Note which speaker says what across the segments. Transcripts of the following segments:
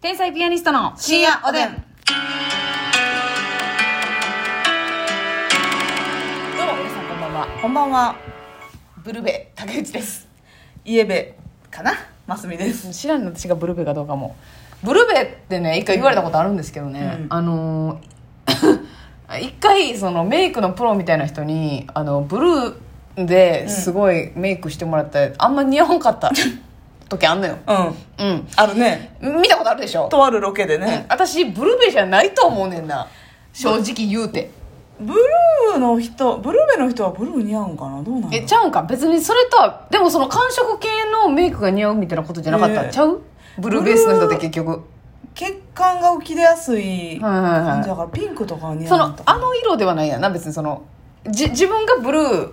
Speaker 1: 天才ピアニストの深夜おでん。どうも皆さんこんばんは。
Speaker 2: こんばんは。ブルベ竹内です。家ベかな、ますみです。
Speaker 1: 知らんの私がブルベかどうかも。ブルベってね、一回言われたことあるんですけどね、
Speaker 2: うん
Speaker 1: あのー 一回そのメイクのプロみたいな人に、あの、ブルーですごいメイクしてもらった、あんま似合わんかった 時あんのよ。
Speaker 2: うん、
Speaker 1: うん。
Speaker 2: あるね。
Speaker 1: 見たことあるでしょ
Speaker 2: とあるロケで
Speaker 1: うん
Speaker 2: ね、
Speaker 1: 私ブルベじゃないと思うねんな正直言うて、
Speaker 2: ブルーの人、ブルベの人はブルー似合うんかな、どうなんだろう
Speaker 1: えちゃうんか別にそれとはでもその寒色系のメイクが似合うみたいなことじゃなかった、
Speaker 2: ねえ
Speaker 1: ちゃうブルーベースの人って結局
Speaker 2: 血管が浮き出やすい
Speaker 1: はいはいはい
Speaker 2: 感じだから、ピンクとかは似合
Speaker 1: そ
Speaker 2: うん
Speaker 1: の
Speaker 2: だ
Speaker 1: あの色ではないやんな別にそのじ自分がブルー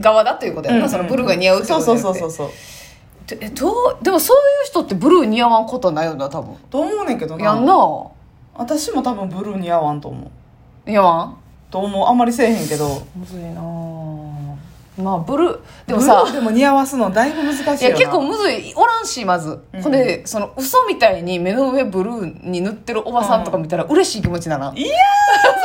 Speaker 1: 側だということやんな、そのブルーが似合うって
Speaker 2: そ
Speaker 1: こ
Speaker 2: う
Speaker 1: とじゃ
Speaker 2: そう
Speaker 1: なくて
Speaker 2: そうそうそう
Speaker 1: でえどうでもそういう人ってブルー似合わんことないよな多分
Speaker 2: と思うねんけど
Speaker 1: やんな
Speaker 2: 私も多分ブルー似合わんと思う
Speaker 1: 似合わん
Speaker 2: と思うあんまりせえへんけど
Speaker 1: むずいなまあブルーでも
Speaker 2: ブ
Speaker 1: さ
Speaker 2: ルーでも似合わすのだいぶ難しいよない
Speaker 1: や結 構むずいおらんしまず、
Speaker 2: うん
Speaker 1: ほんでその嘘みたいに目の上ブルーに塗ってるおばさんとか見たら嬉しい気持ちなら、
Speaker 2: いや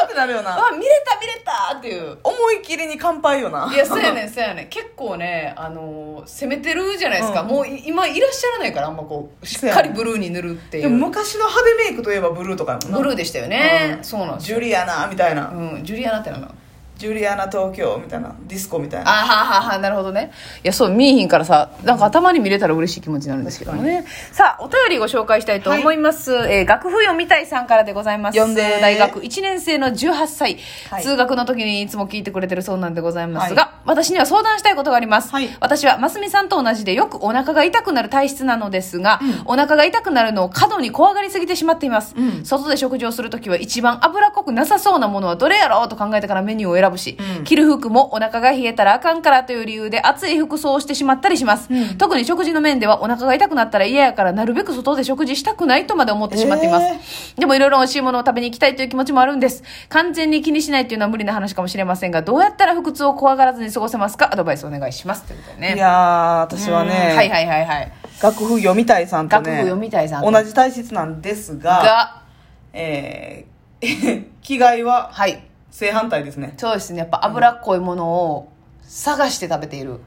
Speaker 2: ーってなるよな
Speaker 1: あ見れた見れたっていう
Speaker 2: 思い切りに乾杯よない
Speaker 1: やそうやねんそうやねん結構ね、あのー攻めてるじゃないですか、
Speaker 2: うん
Speaker 1: もうい今いらっしゃらないからあんまこうしっかりブルーに塗るってい
Speaker 2: で
Speaker 1: う
Speaker 2: も昔の派手メイクといえばブルーとかやもんな
Speaker 1: ブルーでしたよね、
Speaker 2: ん
Speaker 1: そうなんです
Speaker 2: ジ
Speaker 1: よ
Speaker 2: ュリアナみたいな、
Speaker 1: うん、ジュリアナってなんだ
Speaker 2: ジュリアナ東京みたいなディスコみたい
Speaker 1: あ
Speaker 2: な
Speaker 1: はははなるほどねいやそう見えひんからさなんか頭に見れたら嬉しい気持ちになるんですけどもねさあお便りご紹介したいと思います、えー楽譜読みたいさんからでございます
Speaker 2: 読んで
Speaker 1: 大学1年生の18歳、
Speaker 2: はい
Speaker 1: 通学の時にいつも聞いてくれてるそうなんでございますが、私には相談したいことがあります、
Speaker 2: はい
Speaker 1: 私はますみさんと同じでよくお腹が痛くなる体質なのですが、お腹が痛くなるのを過度に怖がりすぎてしまっています、
Speaker 2: うん
Speaker 1: 外で食事をするときは一番脂っこくなさそうなものはどれやろうと考えてからメニューを選ぶし、
Speaker 2: うん
Speaker 1: 着る服もお腹が冷えたらあかんからという理由で暑い服装をしてしまったりします、
Speaker 2: うん
Speaker 1: 特に食事の面ではお腹が痛くなったら嫌やからなるべく外で食事したくないとまで思ってしまっています、
Speaker 2: えー
Speaker 1: でもいろいろ美味しいものを食べに行きたいという気持ちもあるんです。完全に気にしないというのは無理な話かもしれませんが、どうやったら腹痛を怖がらずに過ごせますかアドバイスお願いします。ということでね。
Speaker 2: いやー私は
Speaker 1: う
Speaker 2: ね、
Speaker 1: んはいはいはいはい。
Speaker 2: 楽譜読みたいさんとね
Speaker 1: 楽譜読みたいさんと
Speaker 2: 同じ体質なんですが
Speaker 1: が、
Speaker 2: えー、 着替えは
Speaker 1: はい。
Speaker 2: 正反対ですね
Speaker 1: そうですね。やっぱ脂っこいものを探して食べている。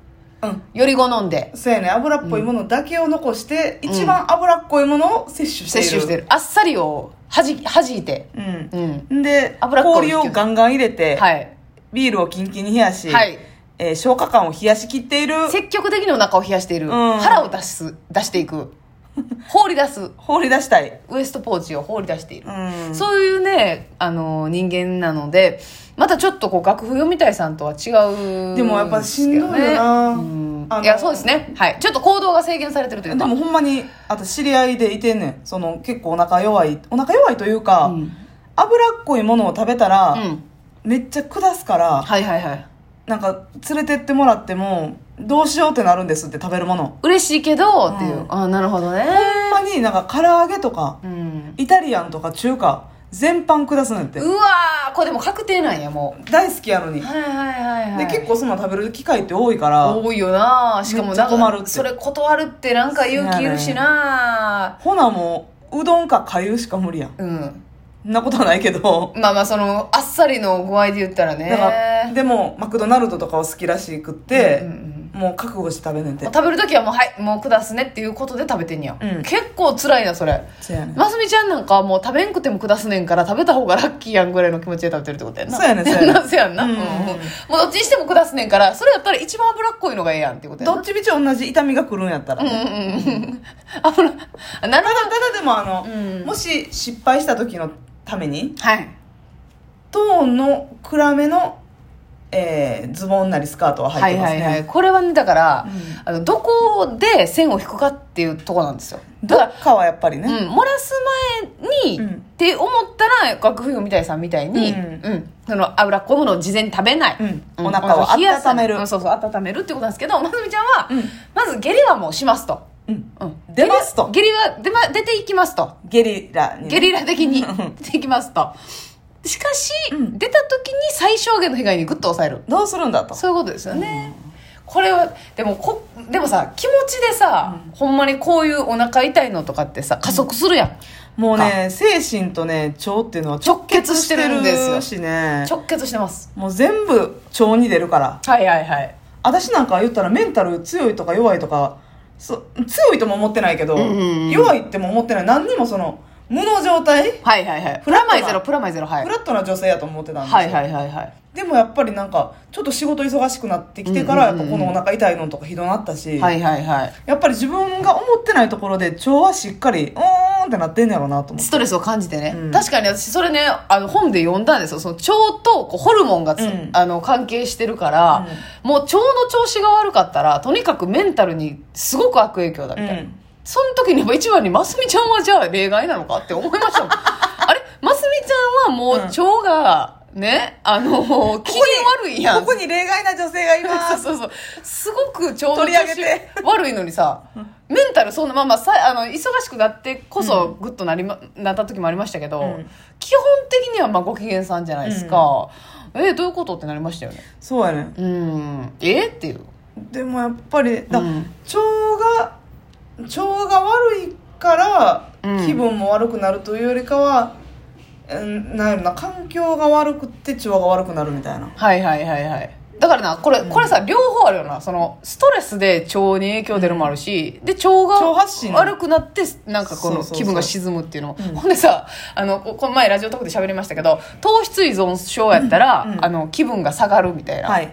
Speaker 2: うん
Speaker 1: より好んで
Speaker 2: そうやね油っぽいものだけを残して、一番油っこいものを摂取している
Speaker 1: 摂取してる。あっさりをはじ、はじいて。
Speaker 2: う
Speaker 1: うん。
Speaker 2: んで
Speaker 1: 油っこい
Speaker 2: 氷をガンガン入れて、
Speaker 1: はい。
Speaker 2: ビールをキンキンに冷やし、
Speaker 1: はい。
Speaker 2: えー消化管を冷やしきっている
Speaker 1: 積極的にお腹を冷やしている。
Speaker 2: うん
Speaker 1: 腹を出す、出していく。放り出す。
Speaker 2: 放り出したい、
Speaker 1: ウエストポーチを放り出している
Speaker 2: う。ん、
Speaker 1: そういうね、あの、人間なので、またちょっとこう、楽譜読みたいさんとは違う
Speaker 2: でもやっぱしんどいよな
Speaker 1: うん
Speaker 2: あの
Speaker 1: いや、そうですね。はい。ちょっと行動が制限されてるという
Speaker 2: で
Speaker 1: か。
Speaker 2: もほんまにあと知り合いでいてんねんその結構お腹弱いお腹弱いというか、
Speaker 1: うん
Speaker 2: 脂っこいものを食べたら、
Speaker 1: うん。
Speaker 2: めっちゃ下すから、
Speaker 1: はいはいはい。
Speaker 2: なんか連れてってもらってもどうしようってなるんですって食べるもの。
Speaker 1: 嬉しいけど、っていううんあなるほどね。
Speaker 2: ほんまになんか唐揚げとか
Speaker 1: うん。
Speaker 2: イタリアンとか中華全般下すねんって
Speaker 1: うわー、これでも確定なんや、も
Speaker 2: 大好きやのに
Speaker 1: う。はいはいはいはい。
Speaker 2: で結構そんなん食べる機会って多いから
Speaker 1: 多いよなしかもなん
Speaker 2: めっちゃ困るっ
Speaker 1: か、
Speaker 2: て
Speaker 1: それ断るってなんか勇気いるしな
Speaker 2: ほなもううどんかかゆしか無理やん
Speaker 1: うん。
Speaker 2: そんなことはないけど
Speaker 1: まあまあ、その、あっさりの具合で言ったらね。
Speaker 2: だからでもマクドナルドとかを好きらしくって、
Speaker 1: うんうんうん
Speaker 2: もう覚悟して食べんねんて
Speaker 1: もう食べる時はもうはいもう下すねっていうことで食べてんや、
Speaker 2: うん
Speaker 1: 結構辛いなそれ
Speaker 2: そうやねん
Speaker 1: ますみちゃんなんかもう食べんくても下すねんから食べた方がラッキーやんぐらいの気持ちで食べてるってことやんな
Speaker 2: そうやねんそうやねん
Speaker 1: そうやんな、
Speaker 2: うんうんうん
Speaker 1: もうどっちにしても下すねんからそれやったら一番脂っこいのがええやんっていうことや
Speaker 2: ど
Speaker 1: な
Speaker 2: っちみち同じ痛みが来るんやったら、
Speaker 1: うんうんうん脂あなる
Speaker 2: ただただでもあの、
Speaker 1: うん
Speaker 2: もし失敗した時のために
Speaker 1: はい
Speaker 2: トーンの暗めの、えーズボンなりスカートは
Speaker 1: は
Speaker 2: 入っ
Speaker 1: い
Speaker 2: てます
Speaker 1: は
Speaker 2: ね、
Speaker 1: いはいこれはねだから、
Speaker 2: うん
Speaker 1: あのどこで線を引くかっていうとこなんですよだ
Speaker 2: ど
Speaker 1: から
Speaker 2: っかはやっぱりね、
Speaker 1: うん、漏らす前に、
Speaker 2: うん
Speaker 1: って思ったら楽譜みたいさんみたいに、う
Speaker 2: うんん
Speaker 1: その脂っこいものを事前に食べない、
Speaker 2: うんお腹を
Speaker 1: お冷やさない
Speaker 2: 温める
Speaker 1: うんそうそう温めるってことなんですけどまつみちゃんは、
Speaker 2: うん
Speaker 1: まず下痢はもうしますと、
Speaker 2: うん
Speaker 1: うん、
Speaker 2: 出ますと
Speaker 1: 下痢は出,、ま、出ていきますと
Speaker 2: ゲリラにね
Speaker 1: ゲリラ的 に出ていきますとしかし、
Speaker 2: うん
Speaker 1: 出た時に最小限の被害にグッと抑える
Speaker 2: どうするんだと
Speaker 1: そういうことですよね、ここれはでもこでもさ気持ちでさ、ほんまにこういうお腹痛いのとかってさ加速するやん、
Speaker 2: もうね精神とね腸っていうのは直結してるしね
Speaker 1: 直結してます
Speaker 2: もう全部腸に出るから
Speaker 1: はいはいはい
Speaker 2: 私なんか言ったらメンタル強いとか弱いとかそ強いとも思ってないけど、
Speaker 1: うんうんうん
Speaker 2: 弱いっても思ってない何にもその無の状態
Speaker 1: はいはいはいプラマイゼロプラマイゼロはい
Speaker 2: フラットな女性やと思ってたんですよ、
Speaker 1: はいはいはいはい
Speaker 2: でもやっぱりなんかちょっと仕事忙しくなってきてから
Speaker 1: う
Speaker 2: や
Speaker 1: ん
Speaker 2: っ
Speaker 1: うんう
Speaker 2: ぱ
Speaker 1: ん
Speaker 2: このお腹痛いのとかひどなったし、
Speaker 1: はいはいはい
Speaker 2: やっぱり自分が思ってないところで腸はしっかりうーんってなってんやろうなと思って
Speaker 1: ストレスを感じてね、
Speaker 2: うん
Speaker 1: 確かに私それねあの本で読んだんですよその腸とこうホルモンがつ、
Speaker 2: うん
Speaker 1: あの関係してるから、もう腸の調子が悪かったらとにかくメンタルにすごく悪影響だみたいな、
Speaker 2: うん
Speaker 1: その時にやっぱ一番に「ますみちゃんはじゃあ例外なのか?」って思いました もんあれますみちゃんはもう
Speaker 2: うん
Speaker 1: 腸がね、あの機嫌悪いやん
Speaker 2: ここに例外な女性がいま す
Speaker 1: そうそうそう すごく腸の調
Speaker 2: 取り上げて
Speaker 1: 子悪いのにさメンタルそんなまあまあさあの忙しくなってこそグッとなり、まなった時もありましたけど、
Speaker 2: うん
Speaker 1: 基本的にはまあご機嫌さんじゃないですか、えどういうことってなりましたよね
Speaker 2: そうやね
Speaker 1: うんえっていう
Speaker 2: でもやっぱりだ、
Speaker 1: うん
Speaker 2: 腸が腸が悪いから
Speaker 1: うん
Speaker 2: 気分も悪くなるというよりかは、うん、なんやろな環境が悪くって腸が悪くなるみたいな
Speaker 1: はいはいはいはいだからなこれこれさ、両方あるよなそのストレスで腸に影響出るのもあるし、で
Speaker 2: 腸
Speaker 1: 腸
Speaker 2: 発信
Speaker 1: が悪くなってなんかこ
Speaker 2: そ
Speaker 1: の
Speaker 2: うそうそう
Speaker 1: 気分が沈むっていうのも
Speaker 2: うん
Speaker 1: ほんでさあのここの前ラジオトークで喋りましたけど糖質依存症やったら、
Speaker 2: うんうん
Speaker 1: あの気分が下がるみたいな、
Speaker 2: はい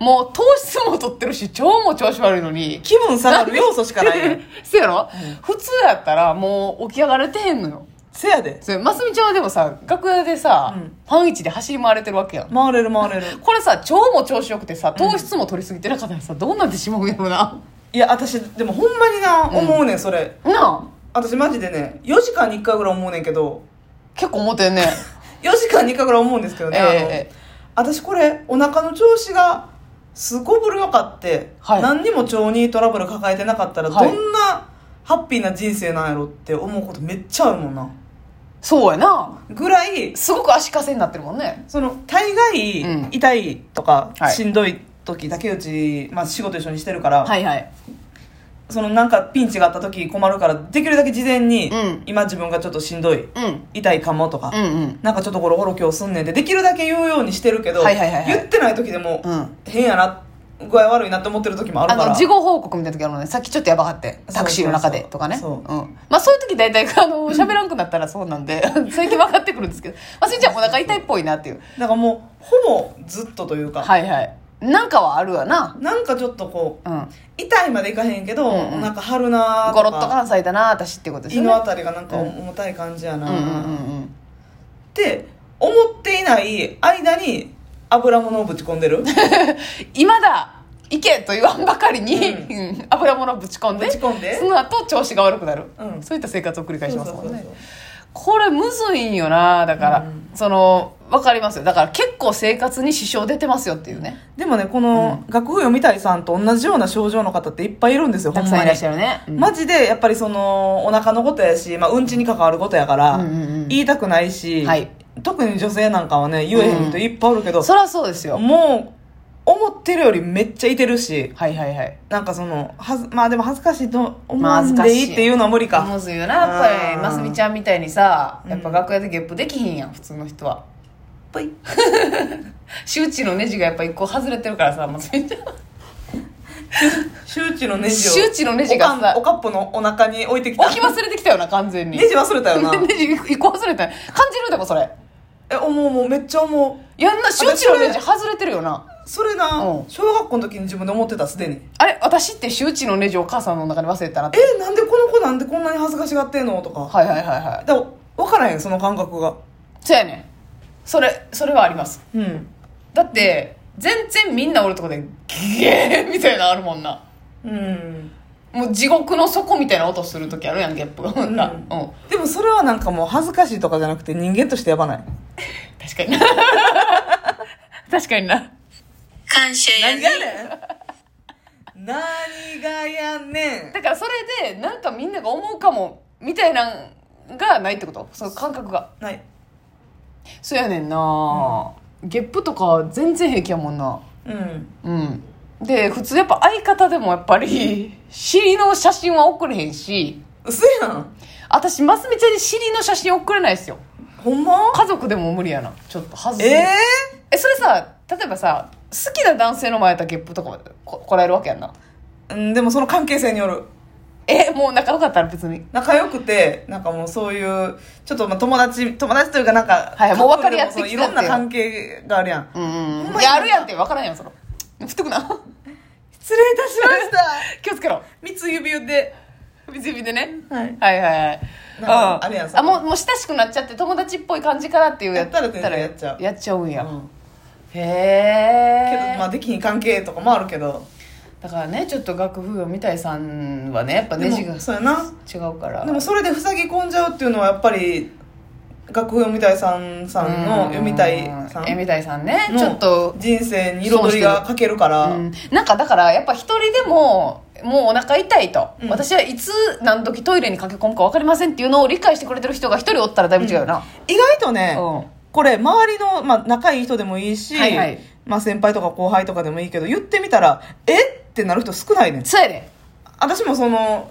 Speaker 1: もう糖質も取ってるし腸も調子悪いのに
Speaker 2: 気分下がる要素しかな いやん
Speaker 1: そうやろ、普通やったらもう起き上がれてへんのよ
Speaker 2: せやで
Speaker 1: それますみちゃんはでもさ楽屋でさ、
Speaker 2: うん
Speaker 1: パンイチで走り回れてるわけやん
Speaker 2: 回れる回れる
Speaker 1: これさ腸も調子よくてさ糖質も取りすぎてなかったらさ、どうなってしまうんやろうな
Speaker 2: いや私でもほんまにな、思うねんそれ
Speaker 1: なあ
Speaker 2: 私マジでね4時間に1回ぐらい思うねんけど
Speaker 1: 結構思ってん ね
Speaker 2: 4時間に1回ぐらい思うんですけどね、
Speaker 1: ええ
Speaker 2: あの私これお腹の調子がすごぶるよかって、
Speaker 1: はい
Speaker 2: 何にも腸にトラブル抱えてなかったら
Speaker 1: はい
Speaker 2: どんなハッピーな人生なんやろって思うことめっちゃあるもんな
Speaker 1: そうやな
Speaker 2: ぐらい
Speaker 1: すごく足かせになってるもんね
Speaker 2: その大概
Speaker 1: うん
Speaker 2: 痛いとか、
Speaker 1: はい
Speaker 2: しんどい時竹内、まあ、仕事一緒にしてるから、
Speaker 1: はいはい
Speaker 2: そのなんかピンチがあった時困るからできるだけ事前に、
Speaker 1: うん
Speaker 2: 今自分がちょっとしんどい
Speaker 1: うん
Speaker 2: 痛いかもとか、
Speaker 1: うんうん
Speaker 2: なんかちょっとゴロゴロ今日すんねんでできるだけ言うようにしてるけど、
Speaker 1: はいはいはいはい
Speaker 2: 言ってない時でも、
Speaker 1: うん
Speaker 2: 変やな具合悪いなって思ってる時もある
Speaker 1: あ
Speaker 2: から
Speaker 1: の事後報告みたいな時あるのねさっきちょっとやばかってタクシーの中で
Speaker 2: そうそうそう
Speaker 1: とかね、
Speaker 2: そうん
Speaker 1: まあそういう時大体 あの喋らんくなったらそうなんで 最近分かってくるんですけどまあそれじゃお腹痛いっぽいなっていう
Speaker 2: だからもうほぼずっとというか、
Speaker 1: はいはいなんかはあるわな
Speaker 2: なんかちょっとこう
Speaker 1: うん
Speaker 2: 痛いまでいかへんけど、
Speaker 1: うんうん
Speaker 2: なんか春な
Speaker 1: ゴロッと関西だな私ってことです
Speaker 2: 胃
Speaker 1: よ
Speaker 2: の
Speaker 1: ね
Speaker 2: あたりがなんか重たい感じや
Speaker 1: う
Speaker 2: な、
Speaker 1: んうんうんうん
Speaker 2: って思っていない間に油物をぶち込んでるぶ
Speaker 1: 今だ行けと言わんばかりに、
Speaker 2: う
Speaker 1: うん 油物をぶち込んで
Speaker 2: ち込んで
Speaker 1: その後調子が悪くなる、
Speaker 2: うん
Speaker 1: そういった生活を繰り返しますもんね
Speaker 2: そうそうそう
Speaker 1: これむずいんよなだから、
Speaker 2: うん
Speaker 1: その分かりますよだから結構生活に支障出てますよっていうね
Speaker 2: でもねこの楽譜読みたいさんと同じような症状の方っていっぱいいるんですよ
Speaker 1: た
Speaker 2: ほ
Speaker 1: く
Speaker 2: ん
Speaker 1: さ
Speaker 2: ま
Speaker 1: んい
Speaker 2: に
Speaker 1: らっしゃるね、うん
Speaker 2: マジでやっぱりそのお腹のことやし、まあ、うんちに関わることやから、
Speaker 1: うんうんうん
Speaker 2: 言いたくないし、
Speaker 1: はい
Speaker 2: 特に女性なんかはね言えへん人いっぱいおるけど、
Speaker 1: そりゃそうですよ
Speaker 2: もう思ってるよりめっちゃいてるし
Speaker 1: はいはいはい
Speaker 2: なんかそのはずまあでも恥ずかしいと思
Speaker 1: まあ
Speaker 2: わ
Speaker 1: 恥
Speaker 2: ん
Speaker 1: ずか
Speaker 2: で
Speaker 1: しい
Speaker 2: いいっていうのは無理か、
Speaker 1: むずいよなやっぱり
Speaker 2: うん
Speaker 1: ますみちゃんみたいにさやっぱ
Speaker 2: うん
Speaker 1: 楽屋でゲップできひんやん普通の人は
Speaker 2: ぽい
Speaker 1: 周知のネジがやっぱ一個外れてるからさますみち ゃん
Speaker 2: 周知のネジを
Speaker 1: 周知のネジが
Speaker 2: お
Speaker 1: さ
Speaker 2: かんおかっぽのお腹に置いてきた
Speaker 1: 置き忘れてきたよな完全に
Speaker 2: ネジ忘れたよな
Speaker 1: ネジ一個忘れたよ感じるでもそれ
Speaker 2: え思う思うめっちゃ思う
Speaker 1: いやんな周知のネジ外れてるよな
Speaker 2: それな、
Speaker 1: うん
Speaker 2: 小学校の時に自分で思ってたすでに
Speaker 1: あれ私って周知のネジお母さんの中に忘れてたなって
Speaker 2: えなんでこの子なんでこんなに恥ずかしがってんのとか、
Speaker 1: はいはいはいは
Speaker 2: だから分からへんその感覚が
Speaker 1: いそうやねんそれそれはあります
Speaker 2: うん
Speaker 1: だって全然みんなおるとこでゲーみたいなのあるもんな
Speaker 2: うん
Speaker 1: もう地獄の底みたいな音する時あるやんゲップがほん な、う
Speaker 2: うんんでもそれはなんかもう恥ずかしいとかじゃなくて人間としてやばない
Speaker 1: 確かにな確かにな
Speaker 3: 感謝や
Speaker 2: 何
Speaker 3: ね
Speaker 2: がやねん何がやねん
Speaker 1: だからそれでなんかみんなが思うかもみたいなんがないってことその感覚が
Speaker 2: ない
Speaker 1: そうやねんな、ゲップとか全然平気やもんな
Speaker 2: うん
Speaker 1: うんで普通やっぱ相方でもやっぱり尻の写真は送れへんし
Speaker 2: 嘘やん
Speaker 1: 私ますみちゃんに尻の写真送れないですよ
Speaker 2: ほんま
Speaker 1: 家族でも無理やなちょっと恥ず
Speaker 2: え
Speaker 1: い
Speaker 2: え
Speaker 1: えそれさ例えばさ好きな男性の前やったらゲップとかもここらえるわけやんな
Speaker 2: うんでもその関係性による
Speaker 1: えもう仲良かったら別に
Speaker 2: 仲良くてなんかもうそういうちょっとまあ友達友達というかなんか、
Speaker 1: はいもう分かり合
Speaker 2: や
Speaker 1: っ
Speaker 2: ってて
Speaker 1: き
Speaker 2: い
Speaker 1: たって
Speaker 2: ろんな関係があるやん
Speaker 1: うんうん
Speaker 2: ほん
Speaker 1: うん
Speaker 2: ま
Speaker 1: い
Speaker 2: に
Speaker 1: やあるやんって分からんやんそのふとくな
Speaker 2: 失礼いたしました
Speaker 1: 気をつけろ
Speaker 2: 三つ指で
Speaker 1: 水指でね
Speaker 2: はい
Speaker 1: はいはいはい
Speaker 2: なん
Speaker 1: う
Speaker 2: かあれやんそ
Speaker 1: あ
Speaker 2: こ
Speaker 1: もうもう親しくなっちゃって友達っぽい感じからっていう
Speaker 2: やったら全然やっちゃう
Speaker 1: やっちゃうんや、
Speaker 2: うん
Speaker 1: へ
Speaker 2: けど
Speaker 1: え
Speaker 2: まあできひん関係とかもあるけど
Speaker 1: だからねちょっと楽譜を見たいさんはねやっぱ
Speaker 2: で
Speaker 1: ネジが
Speaker 2: もそうやな
Speaker 1: 違うから
Speaker 2: でもそれで塞ぎ込んじゃうっていうのはやっぱり楽譜読みたいさんさんの読みたいさん
Speaker 1: 読みたいさんね
Speaker 2: の
Speaker 1: ちょっと
Speaker 2: 人生に彩りがかけるから
Speaker 1: うんなんかだからやっぱ一人でももうお腹痛いと、
Speaker 2: うん
Speaker 1: 私はいつ何時トイレに駆け込むか分かりませんっていうのを理解してくれてる人が一人おったらだいぶ違うよな、
Speaker 2: 意外とね
Speaker 1: うん
Speaker 2: これ周りの、まあ、仲いい人でもいいし、
Speaker 1: はいはい
Speaker 2: まあ、先輩とか後輩とかでもいいけど言ってみたらえってなる人少ないねん
Speaker 1: そうやで
Speaker 2: 私もその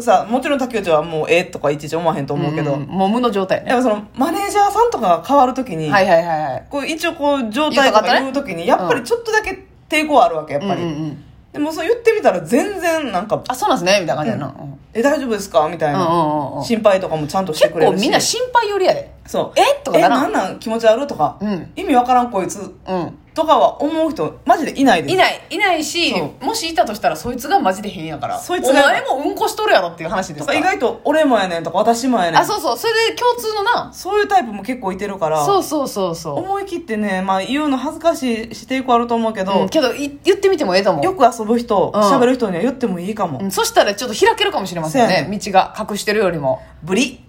Speaker 2: さもちろん竹内はもうえとかいちいち思わへんと思うけど、
Speaker 1: んもう無の状態ね
Speaker 2: やっぱそのマネージャーさんとかが変わるときに、
Speaker 1: はいはいはいはい
Speaker 2: こう一応こう状態とか言うときに
Speaker 1: 言
Speaker 2: や
Speaker 1: うとかね
Speaker 2: っぱりちょっとだけ抵抗あるわけやっぱり、
Speaker 1: うんうんうん
Speaker 2: でもそう言ってみたら全然なんか
Speaker 1: あそうなんですねみたいな感じやな、うん
Speaker 2: 「え大丈夫ですか?」みたい
Speaker 1: う
Speaker 2: な、
Speaker 1: んうんうんうん
Speaker 2: 心配とかもちゃんとして
Speaker 1: 結
Speaker 2: くれ
Speaker 1: 構
Speaker 2: るし
Speaker 1: みんな心配よりやで
Speaker 2: そう
Speaker 1: えとか
Speaker 2: え
Speaker 1: だな
Speaker 2: なんなん気持ち悪いとか、
Speaker 1: うん
Speaker 2: 意味わからんこいつ
Speaker 1: うん
Speaker 2: とかは思う人マジでいないです
Speaker 1: いないいないし
Speaker 2: そう
Speaker 1: もしいたとしたらそいつがマジで変やから
Speaker 2: そいつ
Speaker 1: お
Speaker 2: が
Speaker 1: 前もうんこしとるやろっていう話で
Speaker 2: と
Speaker 1: す
Speaker 2: か
Speaker 1: から
Speaker 2: 意外と俺もやねんとか私もやねん
Speaker 1: あそうそうそれで共通のな
Speaker 2: そういうタイプも結構いてるから
Speaker 1: そうそうそうそ
Speaker 2: 思い切ってね、まあ、言うの恥ずかしいし抵抗あると思うけ
Speaker 1: う、う
Speaker 2: ど、
Speaker 1: ん、けどい言ってみてもええと思う
Speaker 2: よく遊ぶ人
Speaker 1: うん
Speaker 2: 喋、る人には言ってもいいかも、
Speaker 1: うんそしたらちょっと開けるかもしれません
Speaker 2: そう
Speaker 1: ね
Speaker 2: や
Speaker 1: 道が隠してるよりも
Speaker 2: ブリ